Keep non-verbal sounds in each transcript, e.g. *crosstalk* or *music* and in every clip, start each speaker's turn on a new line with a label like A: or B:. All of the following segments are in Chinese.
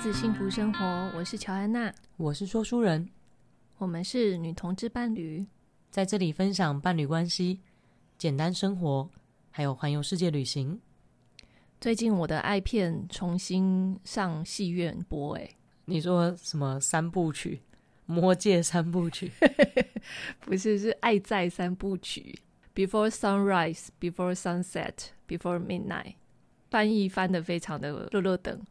A: 自幸福生活，我是乔安娜，
B: 我是说书人，
A: 我们是女同志伴侣。
B: 在这里分享伴侣关系、简单生活，还有环游世界旅行。
A: 最近我的爱片重新上戏院播、欸，
B: 你说什么三部曲？魔界三部曲？ *laughs*
A: 不是，是《爱在三部曲》（Before Sunrise, Before Sunset, Before Midnight），翻译翻的非常的热热等。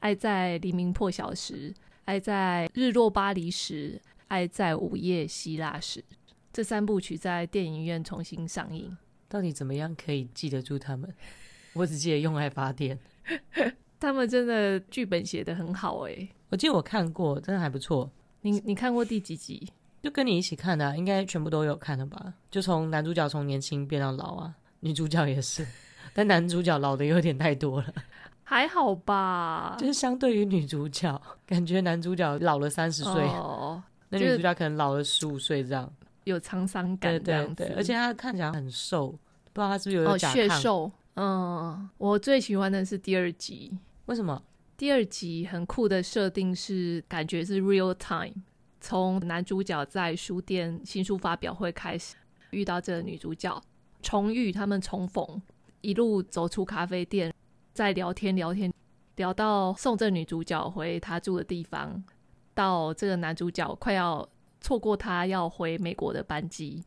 A: 爱在黎明破晓时，爱在日落巴黎时，爱在午夜希腊时。这三部曲在电影院重新上映。
B: 到底怎么样可以记得住他们？我只记得用爱发电。
A: 他们真的剧本写的很好哎诶、
B: 我记得我看过，真的还不错，
A: 你你看过第几集？
B: 就跟你一起看的啊、应该全部都有看的吧？就从男主角从年轻变到老啊，女主角也是，但男主角老的有点太多了，
A: 还好吧？
B: 就是相对于女主角，感觉男主角老了三十岁，
A: 哦，
B: 那
A: 就是
B: 女主角可能老了十五岁这样。
A: 有沧桑感
B: 对
A: 这
B: 对
A: 样子，
B: 对，而且他看起来很瘦，不知道他是不是有
A: 哦，
B: 甲
A: 血
B: 亢？
A: 瘦。嗯，我最喜欢的是第二集。
B: 为什么？
A: 第二集很酷的设定是，感觉是 real time，从男主角在书店新书发表会开始遇到这个女主角，重遇他们重逢，一路走出咖啡店，再聊天聊天，聊到送这女主角回她住的地方，到这个男主角快要错过她要回美国的班机，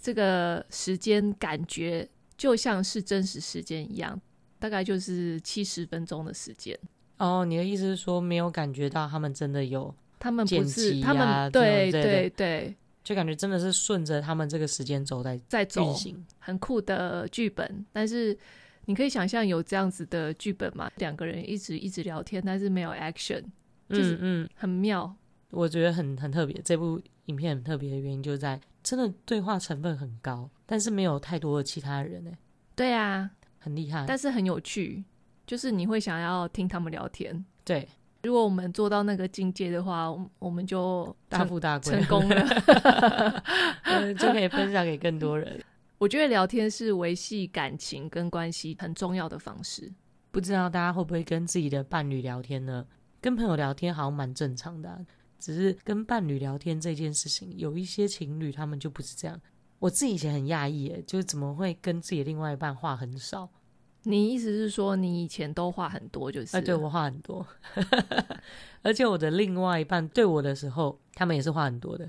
A: 这个时间感觉就像是真实时间一样，大概就是七十分钟的时间。
B: 哦，你的意思是说没有感觉到他们真的有，
A: 他们不
B: 剪
A: 是，
B: 辑
A: 他
B: 呀
A: 们
B: 这种
A: 对
B: 之类
A: 对
B: 的
A: 对，
B: 就感觉真的是顺着他们这个时间轴在
A: 在走
B: 运行。
A: 很酷的剧本，但是你可以想象有这样子的剧本嘛？两个人一直一直聊天，但是没有 action，就是
B: 嗯嗯，
A: 很妙。
B: 我觉得很很特别，这部影片很特别的原因就在真的对话成分很高，但是没有太多的其他人哎、
A: 对啊，
B: 很厉害。
A: 但是很有趣，就是你会想要听他们聊天。
B: 对，
A: 如果我们做到那个境界的话，我我们就
B: 大
A: 成
B: 富大贵
A: 成，
B: *laughs*
A: 功了。
B: 呃就可以分享给更多人。
A: *laughs* 我觉得聊天是维系感情跟关系很重要的方式。
B: 不知道大家会不会跟自己的伴侣聊天呢？跟朋友聊天好像蛮正常的啊、只是跟伴侣聊天这件事情，有一些情侣他们就不是这样。我自己以前很讶异耶，就是怎么会跟自己的另外一半话很少？
A: 你意思是说你以前都话很多，就是啊
B: 哎、对
A: 了
B: 我话很多， *laughs* 而且我的另外一半对我的时候，他们也是话很多的。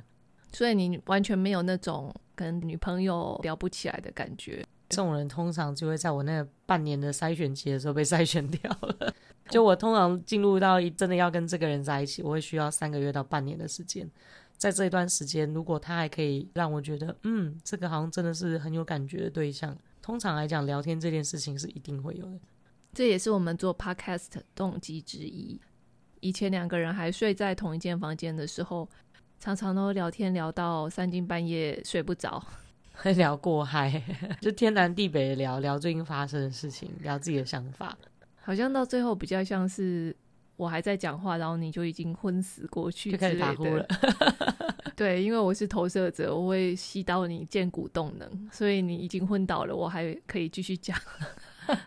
A: 所以你完全没有那种跟女朋友聊不起来的感觉。
B: 这种人通常就会在我那半年的筛选期的时候被筛选掉了。 *laughs* 就我通常进入到一真的要跟这个人在一起，我会需要三个月到半年的时间。在这一段时间，如果他还可以让我觉得，嗯，这个好像真的是很有感觉的对象，通常来讲，聊天这件事情是一定会有的。 *laughs*
A: 这也是我们做 podcast 的动机之一。以前两个人还睡在同一间房间的时候，常常都聊天聊到三更半夜睡不着。
B: 聊过嗨， *laughs* 就天南地北地聊聊最近发生的事情，聊自己的想法。
A: 好像到最后比较像是我还在讲话，然后你就已经昏死过去
B: 就开始
A: 之类
B: 打呼
A: 的
B: 了。 *laughs*
A: 对，因为我是投射者，我会吸到你见骨动能，所以你已经昏倒了，我还可以继续讲。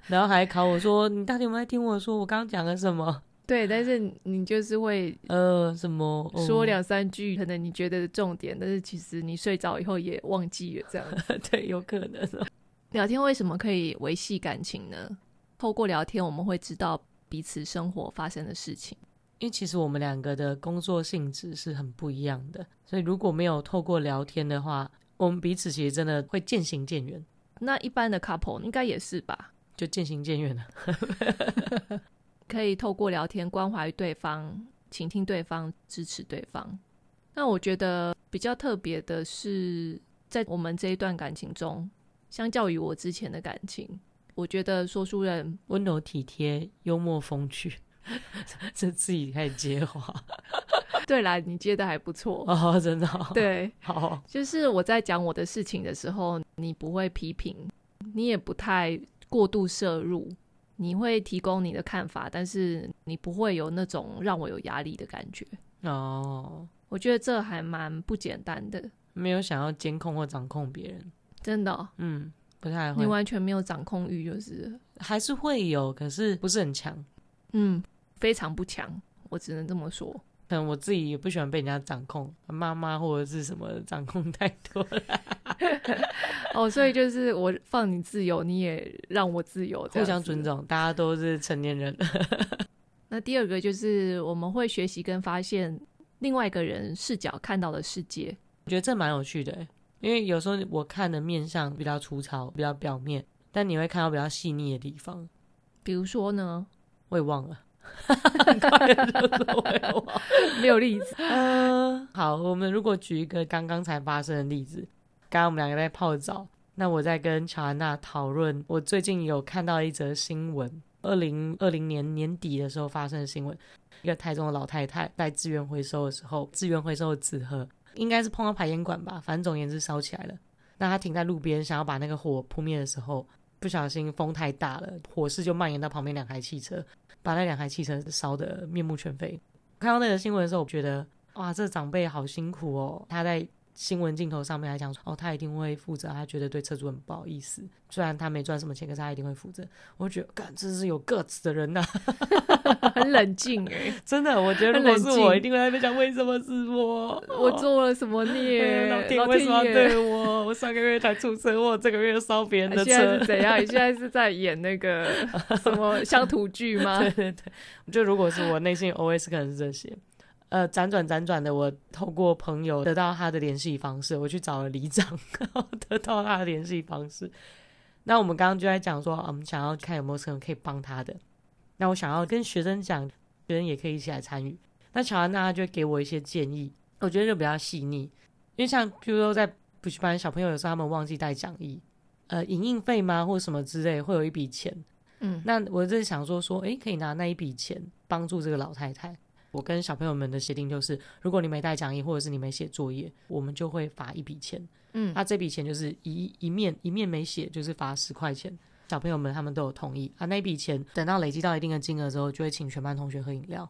B: 然后还考我说：“你到底有没有在听我说？我刚刚讲了什么？
A: *laughs* 对，但是你就是会
B: 呃，什么？哦
A: 说两三句，可能你觉得的重点，但是其实你睡着以后也忘记了。这
B: *laughs*
A: 样
B: 对，有可能哦。
A: 聊天为什么可以维系感情呢？透过聊天，我们会知道彼此生活发生的事情。
B: 因为其实我们两个的工作性质是很不一样的，所以如果没有透过聊天的话，我们彼此其实真的会渐行渐远，
A: 那一般的 couple 应该也是吧，
B: 就渐行渐远了。 *laughs*
A: 可以透过聊天关怀对方、倾听对方、支持对方。那我觉得比较特别的是，在我们这一段感情中，相较于我之前的感情，我觉得说书人 *laughs*
B: 温柔体贴、幽默风趣， *laughs* 这自己开始接话 *laughs*
A: 对啦，你接的还不错，
B: 哦，真的、哦、，
A: 对。
B: 好哦
A: 就是我在讲我的事情的时候，你不会批评，你也不太过度摄入，你会提供你的看法，但是你不会有那种让我有压力的感觉。
B: 哦，
A: 我觉得这还蛮不简单的，
B: 没有想要监控或掌控别人，
A: 真的哦、
B: 嗯，不太
A: 你
B: 会，
A: 完全没有掌控欲，就是
B: 还是会有，可是不是很强。
A: 嗯，非常不强。我只能这么说。
B: 可能我自己也不喜欢被人家掌控，妈妈或者是什么掌控太多了，
A: 哦，所以就是我放你自由，你也让我自由，这
B: 互
A: 样
B: 相
A: 子
B: 尊。重，大家都是成年人。 *laughs*
A: 那第二个就是我们会学习跟发现另外一个人视角看到的世界。
B: 我觉得这蛮有趣的欸，因为有时候我看的面相比较粗糙，比较表面，但你会看到比较细腻的地方。
A: 比如说
B: *laughs*
A: 呢，
B: 我也忘了，很快就说 *laughs* 我也忘了。
A: 没有例子，
B: 呃， *laughs* 好，我们如果举一个刚刚才发生的例子，刚刚我们两个在泡澡，那我在跟乔安娜讨论，我最近有看到一则新闻，二零二零年年底的时候发生的新闻，一个台中的老太太在资源回收的时候，资源回收的纸盒应该是碰到排烟管吧，反正总而言之烧起来了。那她停在路边，想要把那个火扑灭的时候，不小心风太大了，火势就蔓延到旁边两台汽车，把那两台汽车烧得面目全非。看到那个新闻的时候，我觉得哇，这长辈好辛苦哦。他在新闻镜头上面还讲说，哦，他一定会负责，他觉得对车主很不好意思。虽然他没赚什么钱，可是他一定会负责。我就觉得，干，这是有 guts 的人呐、
A: 很冷静哎、
B: *laughs* 真的，我觉得
A: 很
B: 如果
A: 冷
B: 是
A: 静
B: 我，一定会在那边讲，为什么是我？
A: 我做了什么
B: 哎
A: 孽？
B: 老天
A: 老
B: 为什么要
A: 天爷，
B: 对我？我上个月才出车祸，这个月又烧别人的
A: 哎现在
B: 车
A: 是。怎样？你现在是在演那个
B: *laughs*
A: 什么乡土剧吗？
B: 对对对，就如果是我内心 OS 可能是这些。呃，辗转辗转的，我透过朋友得到他的联系方式，我去找了里长，然后得到他的联系方式。那我们刚刚就在讲说，啊我们想要看有没有什么可以帮他的。那我想要跟学生讲，学生也可以一起来参与。那乔安娜她就会给我一些建议，我觉得就比较细腻，因为像譬如说在补习班，小朋友有时候他们忘记带讲义，呃，营运费吗或什么之类，会有一笔钱。
A: 嗯，
B: 那我在想说说，诶，可以拿那一笔钱帮助这个老太太。我跟小朋友们的协定就是，如果你没带讲义或者是你没写作业，我们就会罚一笔钱。
A: 嗯
B: 那这笔钱就是一一面一面没写就是罚十块钱。小朋友们他们都有同意啊，那一笔钱等到累积到一定的金额之后，就会请全班同学喝饮料。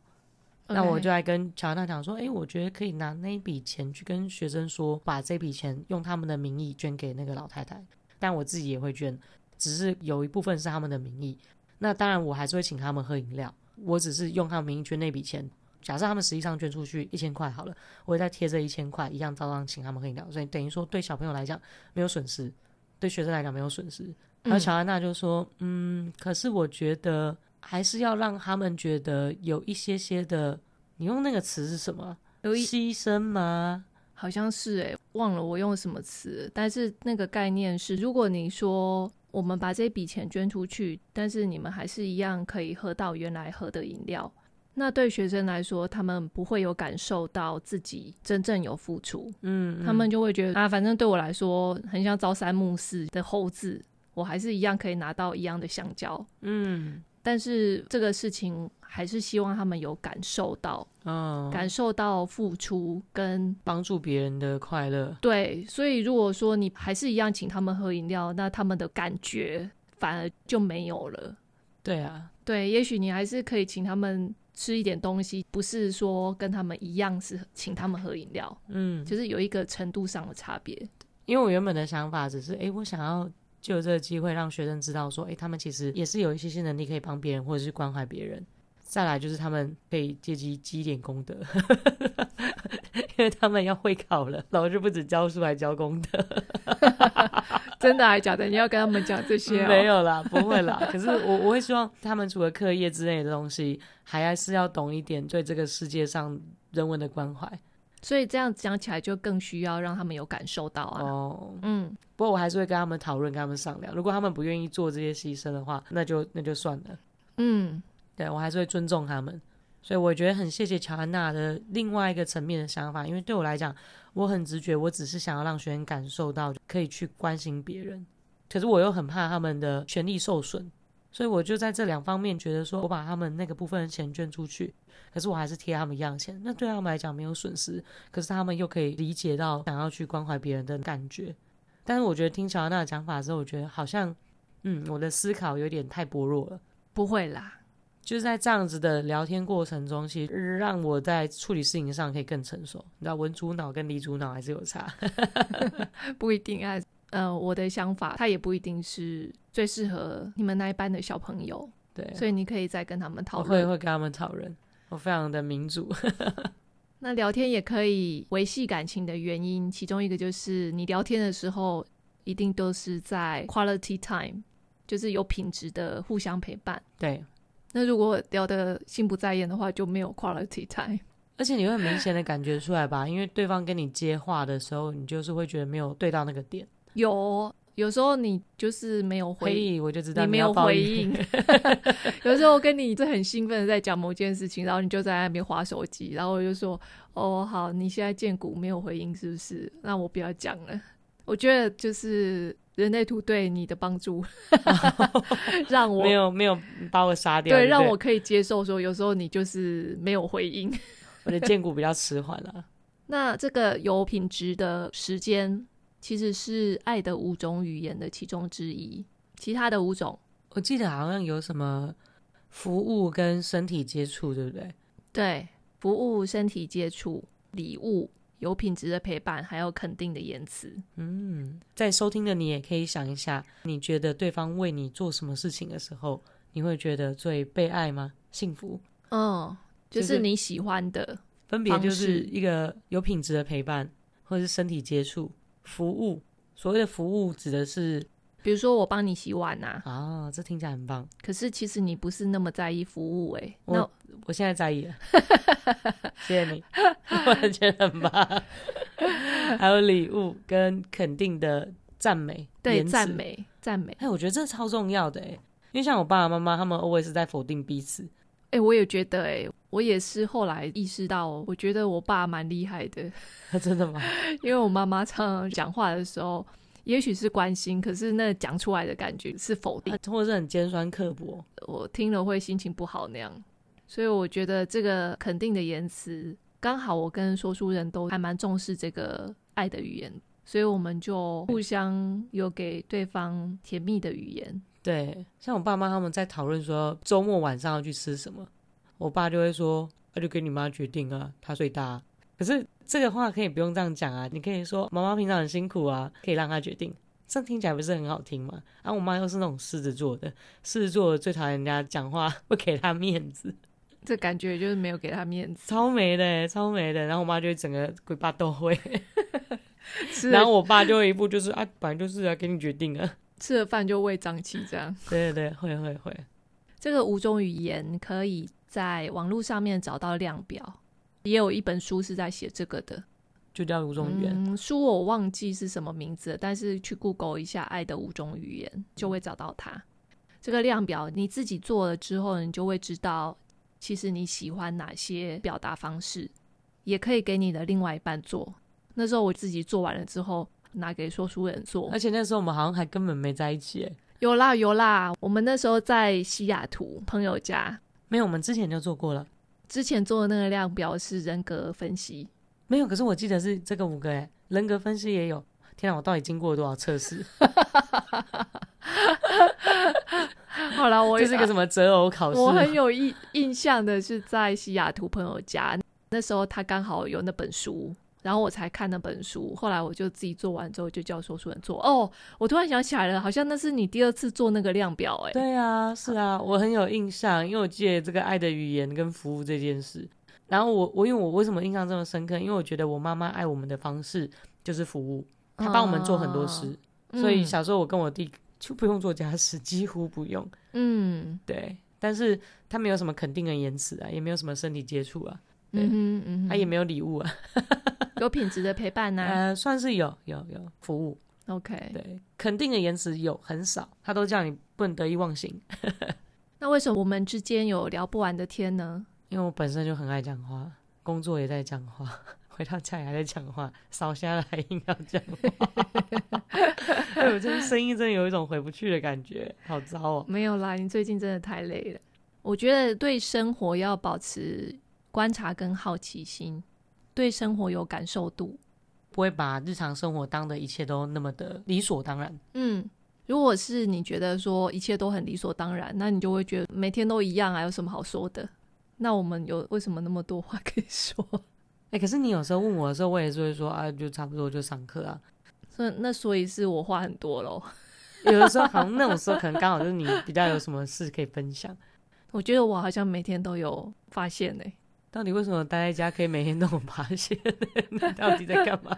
B: 那我就来跟乔安娜讲说，诶，我觉得可以拿那一笔钱去跟学生说，把这笔钱用他们的名义捐给那个老太太，但我自己也会捐，只是有一部分是他们的名义。那当然，我还是会请他们喝饮料，我只是用他们名义捐那笔钱。假设他们实际上捐出去一千块好了，我会再贴这一千块，一样照样请他们喝饮料，所以等于说对小朋友来讲没有损失，对学生来讲没有损失。
A: 嗯
B: 然后乔安娜就说：“嗯，可是我觉得还是要让他们觉得有一些些的，你用那个词是什么？
A: 有一
B: 牺牲吗？
A: 好像是哎、忘了我用什么词，但是那个概念是，如果你说我们把这笔钱捐出去，但是你们还是一样可以喝到原来喝的饮料，那对学生来说，他们不会有感受到自己真正有付出，
B: 嗯，
A: 他们就会觉得啊，反正对我来说，很像朝三暮四的后字，我还是一样可以拿到一样的香蕉，
B: 嗯
A: 但是这个事情还是希望他们有感受到，
B: 嗯，
A: 感受到付出跟
B: 帮助别人的快乐，
A: 对，所以如果说你还是一样请他们喝饮料，那他们的感觉反而就没有了。
B: 对啊，
A: 对，也许你还是可以请他们吃一点东西，不是说跟他们一样是请他们喝饮料，
B: 嗯，
A: 就是有一个程度上的差别。
B: 因为我原本的想法只是，诶，我想要就这个机会让学生知道说，诶，他们其实也是有一些些能力可以帮别人或者是关怀别人。再来就是他们可以借机积一点功德， *laughs* 因为他们要会考了，老师不止教书还教功德。
A: 真的还假的？你要跟他们讲这些、哦
B: 没，有啦， *laughs* 不会啦。可是我我会希望他们除了课业之类的东西，还是要懂一点对这个世界上人文的关怀。
A: 所以这样讲起来就更需要让他们有感受到啊。
B: 哦，
A: 嗯，
B: 不过我还是会跟他们讨论，跟他们商量。如果他们不愿意做这些牺牲的话，那就那就算了。
A: 嗯，
B: 对我还是会尊重他们。所以我觉得很谢谢乔安娜的另外一个层面的想法，因为对我来讲，我很直觉，我只是想要让学生感受到可以去关心别人，可是我又很怕他们的权利受损，所以我就在这两方面觉得说，我把他们那个部分的钱捐出去，可是我还是贴他们一样的钱，那对他们来讲没有损失，可是他们又可以理解到想要去关怀别人的感觉。但是我觉得听乔安娜的讲法之后，我觉得好像，嗯，我的思考有点太薄弱了。
A: 不会啦。
B: 就是在这样子的聊天过程中，其实让我在处理事情上可以更成熟。你知道，文主脑跟理主脑还是有差。
A: 不一定啊。呃，我的想法，他也不一定是最适合你们那一班的小朋友，
B: 对，哦
A: 所以你可以再跟他们讨
B: 我会
A: 论。
B: 会跟他们讨论。我非常的民主。 *laughs*
A: 那聊天也可以维系感情的原因，其中一个就是你聊天的时候一定都是在 quality time，就是有品质的互相陪伴。
B: 对，
A: 那如果聊得心不在焉的话，就没有 quality time。
B: 而且你会很明显的感觉出来吧，因为对方跟你接话的时候，你就是会觉得没有对到那个点。
A: 有哦有时候你就是没有
B: 所
A: 回应，
B: 以我就知道
A: 你没
B: 要
A: 有
B: 抱
A: 回
B: 怨。
A: 应。 *laughs* 有时候跟你是很兴奋的在讲某件事情，然后你就在那边划手机，然后我就说：“哦，好，你现在见骨没有回应是不是？那我不要讲了。”我觉得就是人类图对你的帮助， *laughs* 让我
B: 没有没有把我杀掉，
A: 对
B: 对，
A: 让我可以接受说，有时候你就是没有回应。 *laughs*
B: 我的剑骨比较迟缓了。
A: 那这个有品质的时间，其实是爱的五种语言的其中之一，其他的五种。
B: 我记得好像有什么服务跟身体接触，对不对？
A: 对，服务、身体接触、礼物、有品质的陪伴，还有肯定的言辞。
B: 嗯，在收听的你也可以想一下，你觉得对方为你做什么事情的时候，你会觉得最被爱吗？幸福
A: 嗯，就
B: 就是
A: 是你喜欢的。
B: 分别就
A: 方
B: 是
A: 式
B: 一个有品质的陪伴，或者是身体接触、服务。所谓的服务指的是
A: 比如说我帮你洗碗啊，
B: 啊，这听起来很棒，
A: 可是其实你不是那么在意服务诶、欸
B: 我
A: 那
B: 我现在在 *laughs* 意了，谢谢你， *laughs* 我也觉得很棒。还有礼物跟肯定的赞美，
A: 对
B: 言辞
A: 赞。美赞美，
B: 哎，我觉得这超重要的哎，因为像我爸爸妈妈他们 always 在否定彼此，
A: 诶、我也觉得诶、我也是后来意识到，我觉得我爸蛮厉害的， *laughs*
B: *laughs* 真的吗？
A: 因为我妈妈常常讲话的时候，也许是关心，可是那讲出来的感觉是否定，
B: 或呃者是很尖酸刻薄，
A: 我听了会心情不好那样。所以我觉得这个肯定的言辞，刚好我跟说书人都还蛮重视这个爱的语言，所以我们就互相有给对方甜蜜的语言。
B: 对，像我爸妈他们在讨论说周末晚上要去吃什么，我爸就会说那、就给你妈决定啊，她最大啊。可是这个话可以不用这样讲啊，你可以说妈妈平常很辛苦啊，可以让她决定，这样听起来不是很好听吗？啊，我妈又是那种狮子座的，狮子座最讨厌人家讲话 *laughs* 不给她面子，
A: 这感觉就是没有给他面子，
B: 超没的欸，超没的。然后我妈就会整个鬼爸都会，
A: 吃
B: 然后
A: 了
B: 我爸就会一步就是啊，本来就是啊，给你决定啊。
A: *laughs* 吃了饭就胃胀气这样。
B: 对对对，会会会。
A: 这个五种语言可以在网络上面找到量表，也有一本书是在写这个的。
B: 就叫吴宗元，
A: 嗯，书我忘记是什么名字了，但是去 Google 一下《爱的五种语言》就会找到它。这个量表你自己做了之后，你就会知道其实你喜欢哪些表达方式，也可以给你的另外一半做。那时候我自己做完了之后，拿给说书人做
B: 而。且那时候我们好像还根本没在一起，哎，
A: 有啦有啦，我们那时候在西雅图朋友家，
B: 没有，我们之前就做过了，
A: 之前做的那个量表是人格分析，
B: 没有。可是我记得是这个五个，哎，人格分析也有。天啊，我到底经过了多少测试？
A: 好啦， *laughs*
B: *laughs*
A: 我
B: 这是一个什么择偶考试
A: 我很
B: 吗？
A: 有印印象的是在西雅图朋友家，那时候他刚好有那本书，然后我才看那本书。后来我就自己做完之后，就叫说书人做。哦，我突然想起来了，好像那是你第二次做那个量表、欸，哎，
B: 对啊，是啊，我很有印象，因为我记得这个爱的语言跟服务这件事。然后我我因为我为什么印象这么深刻？因为我觉得我妈妈爱我们的方式就是服务，她帮我们做很多
A: 哦
B: 事，
A: 嗯
B: 所以小时候我跟我弟就不用做家事，几乎不用。
A: 嗯，
B: 对，但是他没有什么肯定的言辞啊，也没有什么身体接触啊，
A: 嗯嗯哼嗯哼，
B: 他也没有礼物啊，
A: 有品质的陪伴呐、
B: *laughs* 呃，算是有有有服务，
A: OK，
B: 对，肯定的言辞有很少，他都叫你不能得意忘形，
A: 那为什么我们之间有聊不完的天呢？
B: 因为我本身就很爱讲话，工作也在讲话， *laughs* 回到家也还在讲话，烧瞎了还硬要讲话， *laughs* 哎，我真的声音真的有一种回不去的感觉，好糟哦，
A: 没有啦，你最近真的太累了。我觉得对生活要保持观察跟好奇心，对生活有感受度。
B: 不会把日常生活当的一切都那么的理所当然，
A: 嗯，如果是你觉得说一切都很理所当然，那你就会觉得每天都一样啊，有什么好说的？那我们有为什么那么多话可以说？ *laughs*
B: 哎、可是你有时候问我的时候，我也是会说啊，就差不多就上课啊，
A: 所以那所以是我话很多咯。
B: 有的时候好像那种时候，可能刚好就是你比较有什么事可以分享。
A: 我觉得我好像每天都有发现呢、
B: *laughs* 到底为什么待在家可以每天都有发现？ *laughs* 你到底在干嘛？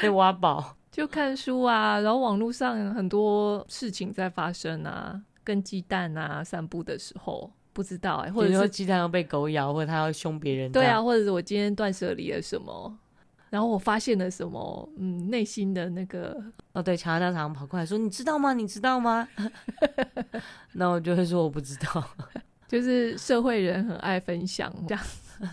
B: 在挖 *laughs* 宝？
A: 就看书啊，然后网络上很多事情在发生啊，跟鸡蛋啊散步的时候，不知道哎、或
B: 比如
A: 者
B: 说
A: 是
B: 鸡蛋要被狗咬，或者它要凶别人？
A: 对啊，，或者是我今天断舍离了什么，然后我发现了什么，嗯，内心的那个
B: 哦对，乔安娜常常跑过来说：“你知道吗？你知道吗？” *laughs* 那我就会说：“我不知道。
A: 就是社会人很爱分享，这样”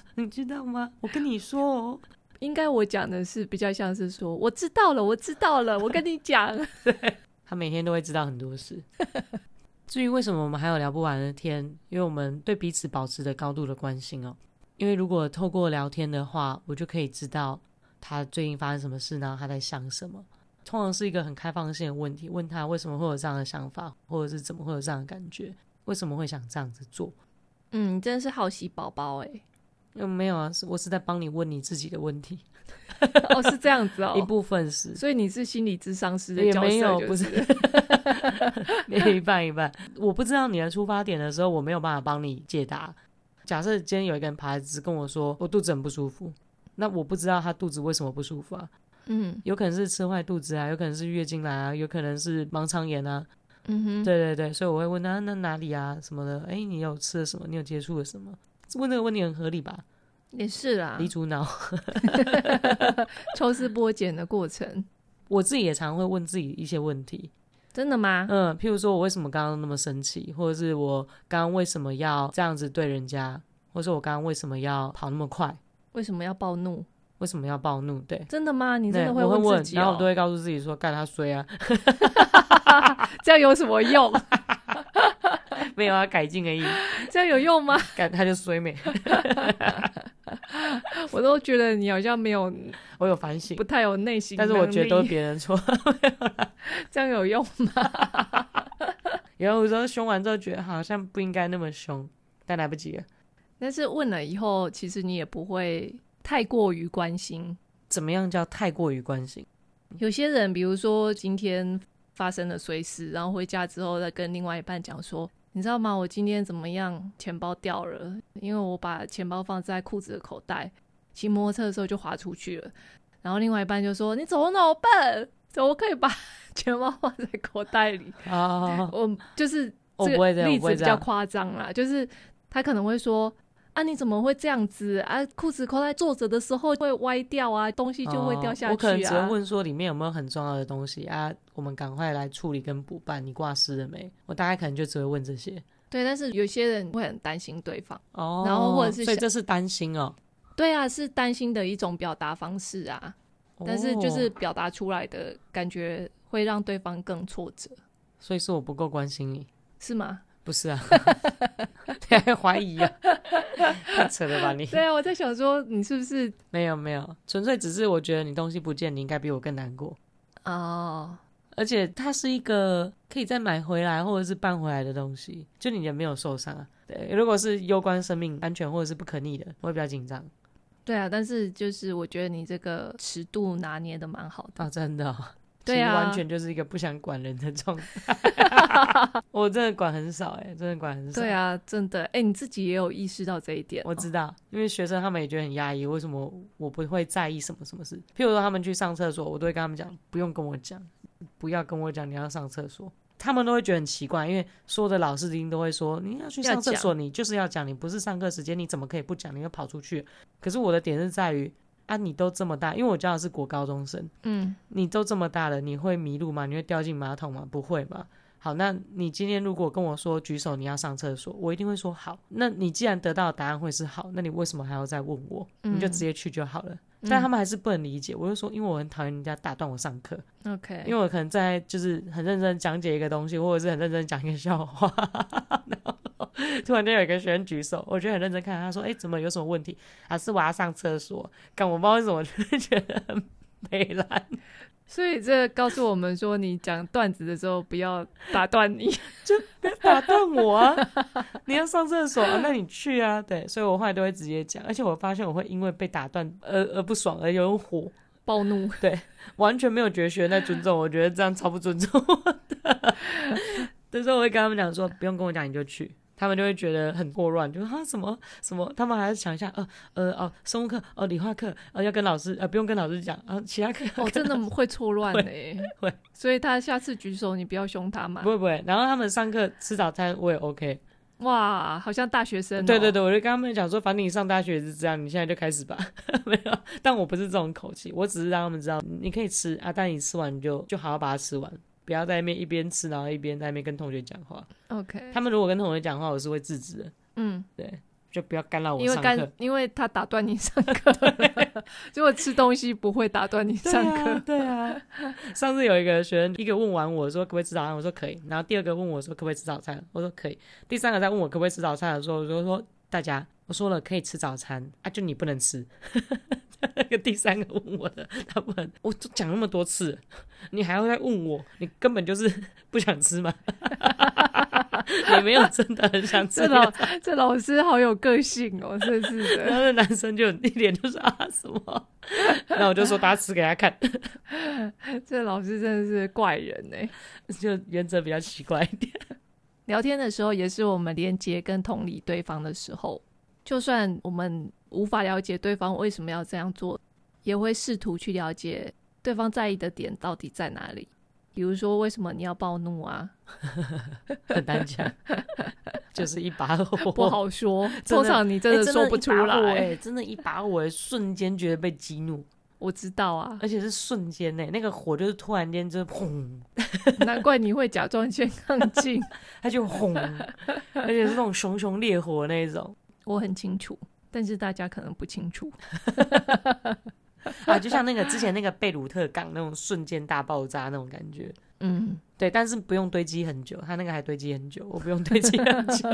B: *laughs* 你知道吗？我跟你说哦，
A: 应该我讲的是比较像是说我知道了，我知道了，我跟你讲， *laughs*
B: 他每天都会知道很多事。至于为什么我们还有聊不完的天，因为我们对彼此保持着高度的关心哦。因为如果透过聊天的话，我就可以知道他最近发生什么事，然后他在想什么。通常是一个很开放性的问题，问他为什么会有这样的想法，或者是怎么会有这样的感觉，为什么会想这样子做。
A: 嗯，真的是好奇宝宝哎、
B: 嗯，没有啊，是我是在帮你问你自己的问题，
A: *laughs* 哦，是这样子哦
B: 一，部分是
A: 所以你是心理智商师的
B: 也
A: 角色、就是，
B: 没有不是 *laughs* 一半一半。我不知道你的出发点的时候，我没有办法帮你解答。假设今天有一个人爬只跟我说我肚子很不舒服，那我不知道他肚子为什么不舒服啊？
A: 嗯
B: 有可能是吃坏肚子啊，有可能是月经来啊，有可能是盲肠炎啊。
A: 嗯哼，
B: 对对对，所以我会问他那哪里啊什么的，哎，你有吃了什么？你有接触了什么？问这个问题很合理吧？
A: 也是啦
B: 离，主脑， *laughs*
A: 抽丝剥茧的过程，
B: 我自己也常会问自己一些问题。
A: 真的吗？
B: 嗯，譬如说我为什么刚刚那么生气，或者是我刚刚为什么要这样子对人家，或者是我刚刚为什么要跑那么快，
A: 为什么要暴怒？
B: 为什么要暴怒？对，
A: 真的吗？你
B: 对
A: 真的
B: 我会
A: 问
B: 问
A: 自，己、哦
B: 然后我都会告诉自己说，干他衰啊， *laughs*
A: 这样有什么用？ *laughs*
B: 没有要啊改进而已，
A: 这样有用吗？ *laughs*
B: 干他就衰没，
A: 我都觉得你好像没有，
B: 我有反省
A: 不。太有内心能
B: 但
A: 力。
B: 是我觉得都是别人错，
A: *laughs*
B: *laughs*
A: 这样有用吗？
B: 然后有时候凶完之后觉得好像不应该那么凶，但来不及了。
A: 但是问了以后，其实你也不会太过于关心。
B: 怎么样叫太过于关心？
A: 有些人，比如说今天发生了碎事，然后回家之后再跟另外一半讲说：“你知道吗？我今天怎么样？钱包掉了，因为我把钱包放在裤子的口袋，骑摩托车的时候就滑出去了。”然后另外一半就说：“你怎么那么笨？怎么可以把 *laughs* 钱包放在口袋里？”
B: 哦，
A: 我就是
B: *laughs* 我
A: 这
B: 哦不会这
A: 个
B: 样
A: 例
B: 我不
A: 子
B: 会
A: 比
B: 这
A: 较
B: 样
A: 夸张啦，就是他可能会说。啊！你怎么会这样子啊？裤子扣在坐着的时候会歪掉啊，东西就会掉下去啊。
B: 哦我可能只会问说里面有没有很重要的东西啊，我们赶快来处理跟补办。你挂失了没？我大概可能就只会问这些。
A: 对，但是有些人会很担心对方。
B: 哦
A: 然后或者是
B: 所以
A: 想
B: 这是担心哦。
A: 对啊，是担心的一种表达方式啊，但是就是
B: 哦，
A: 表达出来的感觉会让对方更挫折，
B: 所以是我不够关心你，
A: 是
B: *laughs*
A: 吗？*laughs*
B: 不是啊？你还怀疑啊？太扯了吧你？
A: 对啊，我在想说你是不是
B: 没有没有，纯粹只是我觉得你东西不见，你应该比我更难过。
A: 哦，
B: 而且它是一个可以再买回来或者是办回来的东西，就你人没有受伤啊。对，如果是攸关生命安全或者是不可逆的，我会比较紧张
A: 对啊，但是就是我觉得你这个尺度拿捏的蛮好的，
B: 啊，真的哦、
A: 对
B: *laughs* 其实
A: 啊
B: 完全就是一个不想管人的状态。 *laughs* 我真的管很少、欸，真的管很少。
A: 对啊，真的，哎，你自己也有意识到这一点哦，
B: 我知道，因为学生他们也觉得很压抑，为什么我不会在意什么什么事？譬如说他们去上厕所，我都会跟他们讲，不用跟我讲，不要跟我讲你要上厕所。他们都会觉得很奇怪，因为所有的老师一定都会说，你要去上厕所，你就是要讲，你不是上课时间，你怎么可以不讲？你要跑出去。可是我的点是在于，啊，你都这么大，因为我教的是国高中生，
A: 嗯，
B: 你都这么大了，你会迷路吗？你会掉进马桶吗？不会吧。好，那你今天如果跟我说举手你要上厕所，我一定会说好。那你既然得到的答案会是好，那你为什么还要再问我？
A: 嗯
B: 你就直接去就好了。
A: 嗯
B: 但他们还是不能理解，我就说，因为我很讨厌人家打断我上课，
A: 嗯 OK，
B: 因为我可能在就是很认真讲解一个东西，或者是很认真讲一个笑话， *laughs* 然后突然间有一个学生举手，我就很认真看他说，哎、怎么有什么问题？啊，是我要上厕所，干我不知道为什么，就觉得很悲惨。
A: 所以这告诉我们说，你讲段子的时候不要打断你， *laughs*
B: *laughs* 打断我啊！你要上厕所、啊那你去啊。对，所以我后来都会直接讲，而且我发现我会因为被打断而而不爽，而有点火，
A: 暴怒。
B: 完全没有觉得学生在尊重我，我觉 *laughs* 得这样超不尊重我的。但是我会跟他们讲说，不用跟我讲，你就去。他们就会觉得很错乱，就啊什么什么，他们还是想一下，呃呃哦，生物课哦，理化课哦，要跟老师呃不用跟老师讲啊，其他课
A: 哦，真的会错乱呢。
B: *laughs* 会，
A: 所以他下次举手，你不要凶他嘛
B: *laughs* 不。会不会。然后他们上课吃早餐我也 OK，
A: 哇，好像大学生、哦。
B: 对对对，我就跟他们讲说，反正你上大学也是这样，你现在就开始吧。 *laughs* 没有，但我不是这种口气，我只是让他们知道，你可以吃啊，但你吃完你就就好好把它吃完，不要在那边一边吃，然后一边在那边跟同学讲话。
A: OK，
B: 他们如果跟同学讲话，我是会制止的，
A: 嗯，
B: 就不要干扰我
A: 因为
B: 上课
A: 干。，因为他打断你上
B: *laughs*
A: 课了，结果吃东西不会打断你
B: 对
A: 上课。
B: 啊，对啊。 *laughs* 上次有一个学生，一个问完我说可不可以吃早餐，我说可以。然后第二个问我说可不可以吃早餐，我说可以。第三个在问我可不可以吃早餐的时候，我就说大家，我说了可以吃早餐啊，就你不能吃。 *laughs* 那个第三个问我的，他不能，我都讲那么多次了，你还要再问我，你根本就是 *laughs* 不想吃嘛。你没有真的哦很想吃
A: 这老
B: 啊
A: *laughs* 这老师好有个性哦，真是
B: 然
A: 的。
B: 后那男生就一脸就是啊什么， *laughs* 然后我就说大家吃给他看， *laughs*
A: 这老师真的是怪人欸呢。
B: 就原则比较奇怪一点。
A: 聊天的时候，也是我们连接跟同理对方的时候，就算我们无法了解对方为什么要这样做，也会试图去了解对方在意的点到底在哪里。比如说，为什么你要暴怒啊？
B: *laughs* 很难讲，就是一把火，
A: 不好说，
B: 真
A: 通
B: 的
A: 常你哦
B: 哎，
A: *laughs* 真的说不出来。
B: 哎，真的一把火，瞬间觉得被激怒，
A: 我知道啊， *laughs*
B: 而且是瞬间哎呢，那个火就是突然间就轰，
A: 难怪你会假装先抗进，
B: 它就轰，而且是那种熊熊烈火那一种
A: *laughs* 我很清楚，但是大家可能不清楚。
B: 啊，就像那个之前那个贝鲁特港那种瞬间大爆炸那种感觉。
A: 嗯，
B: 对，但是不用堆积很久，他那个还堆积很久，我不用堆积很久，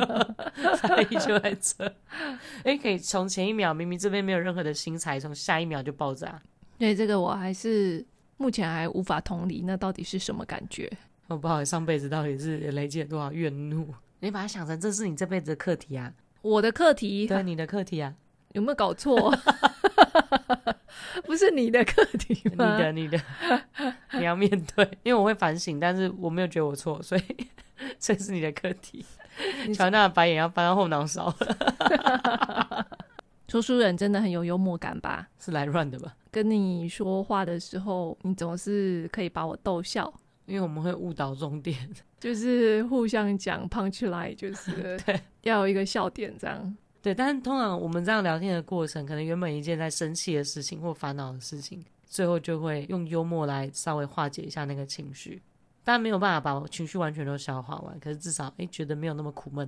B: 才依旧在这。哎、可以从前一秒明明这边没有任何的新材，从下一秒就爆炸，
A: 对这个我还是目前还无法同理，那到底是什么感觉？
B: *laughs* 我、哦不好，上辈子到底是累积了多少怨怒？ *laughs* 你把它想成这是你这辈子的课题啊，
A: 我的课题
B: *laughs* 对，你的课 *laughs* 题啊，
A: 有没有搞错？ *laughs* 不是你的课题
B: 你
A: 吗？ *laughs*
B: 的你的，你要面对。 *laughs* 因为我会反省，但是我没有觉得我错，所以 *laughs* 这是你的课题。
A: 你
B: *laughs* 乔娜的白眼要翻到后脑勺了， *laughs*
A: 说书人真的很有幽默感吧？
B: 是来乱的吧？
A: 跟你说话的时候，你总是可以把我逗笑，
B: 因为我们会误导重点，
A: 就是互相讲 punch line，就是 *laughs* 要有一个笑点这样。
B: 对。但是通常我们这样聊天的过程，可能原本一件在生气的事情或烦恼的事情，最后就会用幽默来稍微化解一下那个情绪。当然没有办法把我情绪完全都消化完，可是至少诶觉得没有那么苦闷。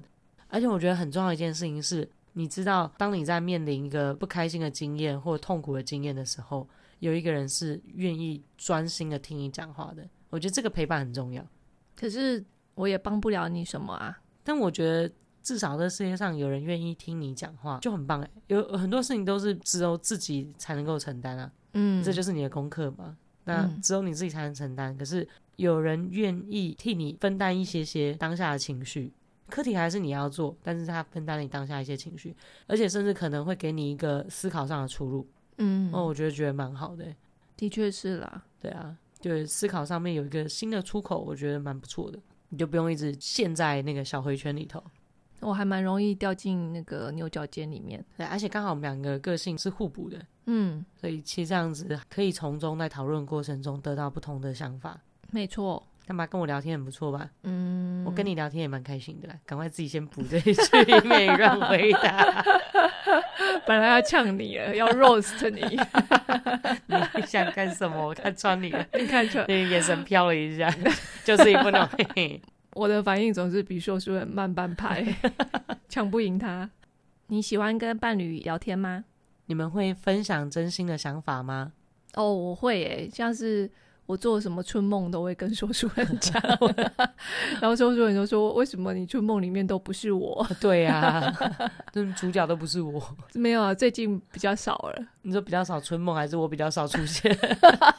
B: 而且我觉得很重要的一件事情是，你知道当你在面临一个不开心的经验或痛苦的经验的时候，有一个人是愿意专心的听你讲话的。我觉得这个陪伴很重要。
A: 可是我也帮不了你什么啊。
B: 但我觉得至少这世界上有人愿意听你讲话就很棒哎，有很多事情都是只有自己才能够承担啊，
A: 嗯，
B: 这就是你的功课嘛。那
A: 嗯
B: 只有你自己才能承担，可是有人愿意替你分担一些些当下的情绪。课题还是你要做，但是他分担了你当下一些情绪，而且甚至可能会给你一个思考上的出路。
A: 嗯，
B: 哦，我觉得觉得蛮好的欸，
A: 的确是啦。
B: 对啊，就是思考上面有一个新的出口，我觉得蛮不错的。你就不用一直陷在那个小回圈里头。
A: 我还蛮容易掉进那个牛角尖里面。
B: 对，而且刚好我们两个个性是互补的，
A: 嗯，
B: 所以其实这样子可以从中在讨论过程中得到不同的想法。
A: 没错。
B: 干嘛跟我聊天很不错吧？
A: 嗯，
B: 我跟你聊天也蛮开心的啦，赶快自己先补这一句， *laughs* 以免你乱回答。 *laughs*
A: 本来要呛你了，要 roast 你， *laughs*
B: 你想干什么？我看穿你了，
A: 你看出来
B: 你眼神飘了一下， *laughs* 就是一副那种嘿嘿。
A: 我的反应总是比说书人慢半 *laughs* 拍，抢不赢他。你喜欢跟伴侣聊天吗？
B: 你们会分享真心的想法吗？
A: 哦，我会诶、像是我做什么春梦都会跟说书人 *laughs* 讲，然后说书人就说：“为什么你春梦里面都不是我
B: *laughs* 对呀、啊， *laughs* 就是主角都不是我。？” *laughs*
A: 没有啊，最近比较少了，
B: 你说比较少春梦，还是我比较少出现？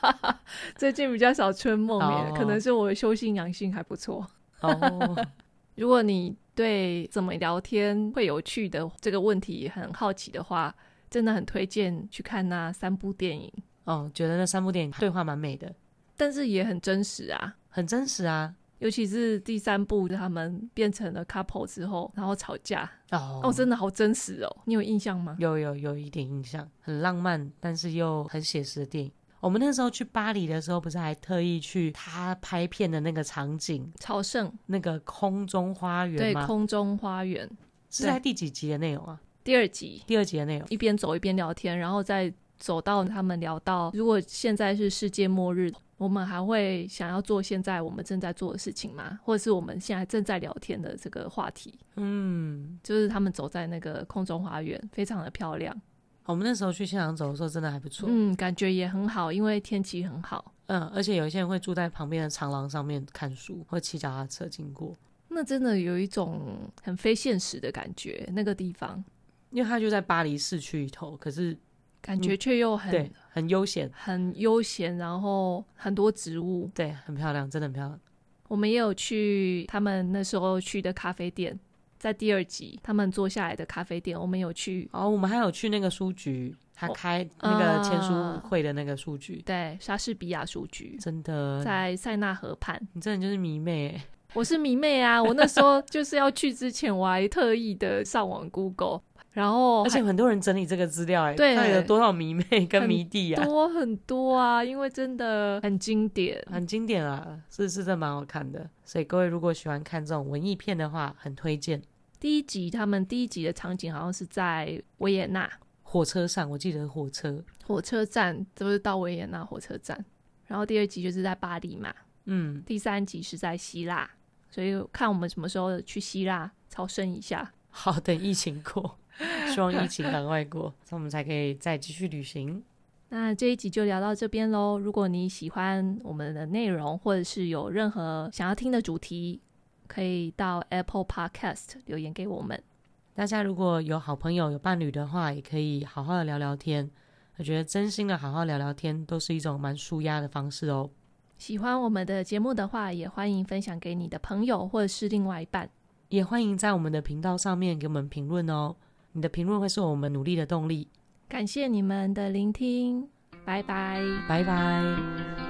B: *laughs*
A: 最近比较少春梦耶
B: 哦
A: 可能是我的修心养性还不错。
B: 哦， *laughs*
A: 如果你对怎么聊天会有趣的这个问题很好奇的话，真的很推荐去看那三部电影，
B: 哦，觉得那三部电影对话蛮美的，
A: 但是也很真实啊。
B: 很真实啊。
A: 尤其是第三部他们变成了 couple 之后，然后吵架，
B: 哦
A: 哦，真的好真实哦，你有印象吗？
B: 有有有一点印象，很浪漫，但是又很写实的电影。我们那时候去巴黎的时候，不是还特意去他拍片的那个场景，
A: 朝圣
B: 那个空中花园
A: 对
B: 吗？
A: 空中花园
B: 是在第几集的内容啊？
A: 第二集，
B: 第二集的内容。
A: 一边走一边聊天，然后再走到他们聊到，如果现在是世界末日，我们还会想要做现在我们正在做的事情吗？或者是我们现在正在聊天的这个话题？
B: 嗯，
A: 就是他们走在那个空中花园，非常的漂亮，
B: 我们那时候去现场走的时候，真的还不错。
A: 嗯，感觉也很好，因为天气很好，
B: 嗯，而且有一些人会住在旁边的长廊上面看书，或骑脚踏车经过，
A: 那真的有一种很非现实的感觉，那个地方
B: 因为他就在巴黎市区里头，可是
A: 感觉却又很、
B: 嗯对很悠闲，
A: 很悠闲，然后很多植物，
B: 对，很漂亮，真的很漂亮。
A: 我们也有去他们那时候去的咖啡店，在第二集他们坐下来的咖啡店，我们有去
B: 哦，我们还有去那个书局，他
A: 哦
B: 开那个签
A: 啊
B: 书会的那个书局，
A: 对莎士比亚书局，
B: 真的，
A: 在塞纳河畔。
B: 你真的就是迷妹欸。
A: 我是迷妹啊，我那时
B: *laughs*
A: 候就是要去之前，我还特意的上网 Google，然后
B: 而且
A: 还
B: 很多人整理这个资料哎，
A: 对
B: 到底有多少迷妹跟
A: 很
B: 迷弟啊，
A: 多很多啊，因为真的很经典。
B: 很经典啊，是是真的蛮好看的。所以各位如果喜欢看这种文艺片的话，很推荐。
A: 第一集他们第一集的场景好像是在维也纳，
B: 火车上，我记得火车，
A: 火车站，就是到维也纳火车站。然后第二集就是在巴黎嘛，
B: 嗯，
A: 第三集是在希腊，所以看我们什么时候去希腊朝圣一下。
B: 好，等疫情过，
A: *laughs*
B: 希望疫情赶快过，这样我们才可以再继续旅行。
A: 那这一集就聊到这边喽。如果你喜欢我们的内容，或者是有任何想要听的主题，可以到 Apple Podcast 留言给我们。
B: 大家如果有好朋友、有伴侣的话，也可以好好的聊聊天。我觉得真心的好好聊聊天，都是一种蛮舒压的方式哦。
A: 喜欢我们的节目的话，也欢迎分享给你的朋友或者是另外一半。
B: 也欢迎在我们的频道上面给我们评论哦，你的评论会是我们努力的动力。
A: 感谢你们的聆听，拜拜。
B: 拜拜。